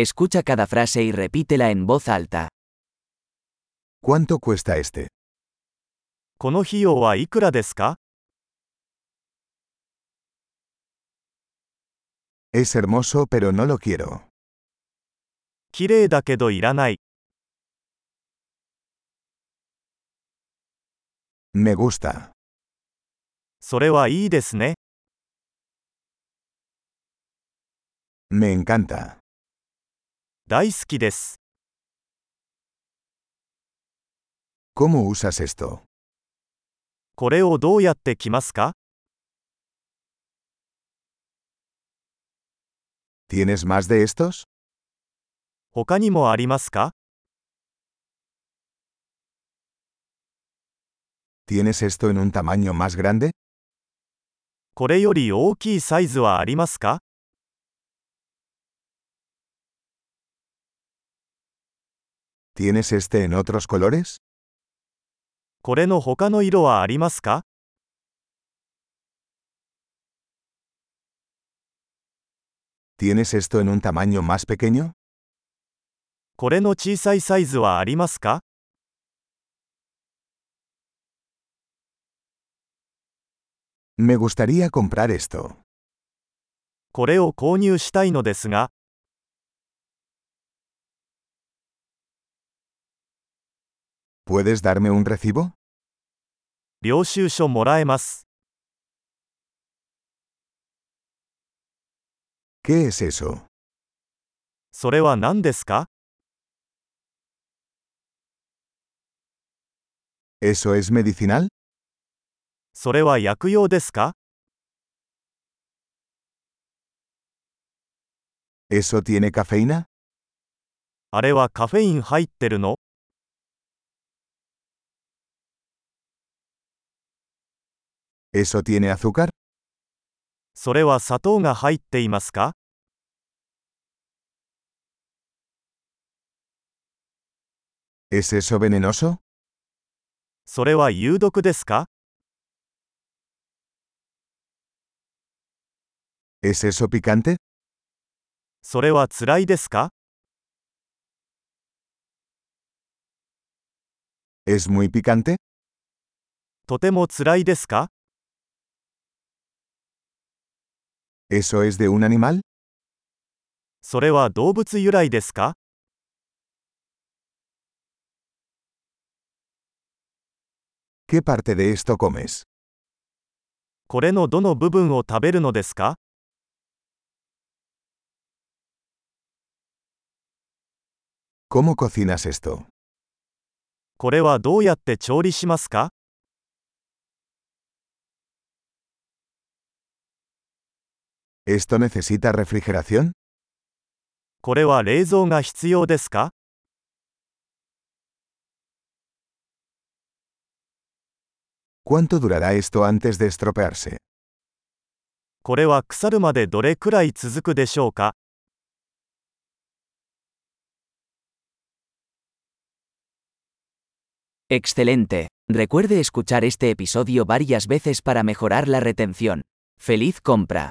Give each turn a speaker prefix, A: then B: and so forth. A: Escucha cada frase y repítela en voz alta.
B: ¿Cuánto cuesta este?
C: この費用はいくらですか
B: Es hermoso pero no lo quiero.
C: 綺麗だけどいらない。
B: Me gusta.
C: それはいいですね。
B: Me encanta.
C: 大好きです。
B: ¿Cómo usas esto?
C: これをどうやって着ますか
B: ¿Tienes más de estos?
C: 他にもありますか
B: ¿Tienes esto en un tamaño más grande?
C: これより大きいサイズはありますか
B: ¿Tienes este en otros colores?
C: これの他の色はありますか
B: ¿Tienes esto en un tamaño más pequeño?
C: これの小さいサイズはありますか
B: Me gustaría comprar esto.
C: これを購入したいのですが、
B: ¿Puedes darme un recibo?
C: 領収書もらえます。
B: ¿Qué es eso?
C: それは何ですか
B: ¿Eso es medicinal?
C: それは薬用ですか
B: ¿Eso tiene cafeína?
C: あれはカフェイン入ってるの
B: ¿Eso tiene azúcar?
C: それは砂糖が入っていますか
B: ¿Es eso venenoso?
C: それは有毒ですか
B: ¿Es eso picante?
C: それは辛いですか
B: ¿Es muy picante?
C: とても辛いですか
B: ¿Eso es de un animal?
C: それは動物由来ですか
B: ¿Qué parte de esto comes?
C: これのどの部分を食べるのですか
B: ¿Cómo cocinas esto?
C: これはどうやって調理しますか
B: ¿Esto necesita refrigeración?
C: これは冷蔵が必要ですか
B: ¿Cuánto durará esto antes de estropearse?
C: これは腐るまでどれくらい続くでしょうか
A: Excelente. Recuerde escuchar este episodio varias veces para mejorar la retención. ¡Feliz compra!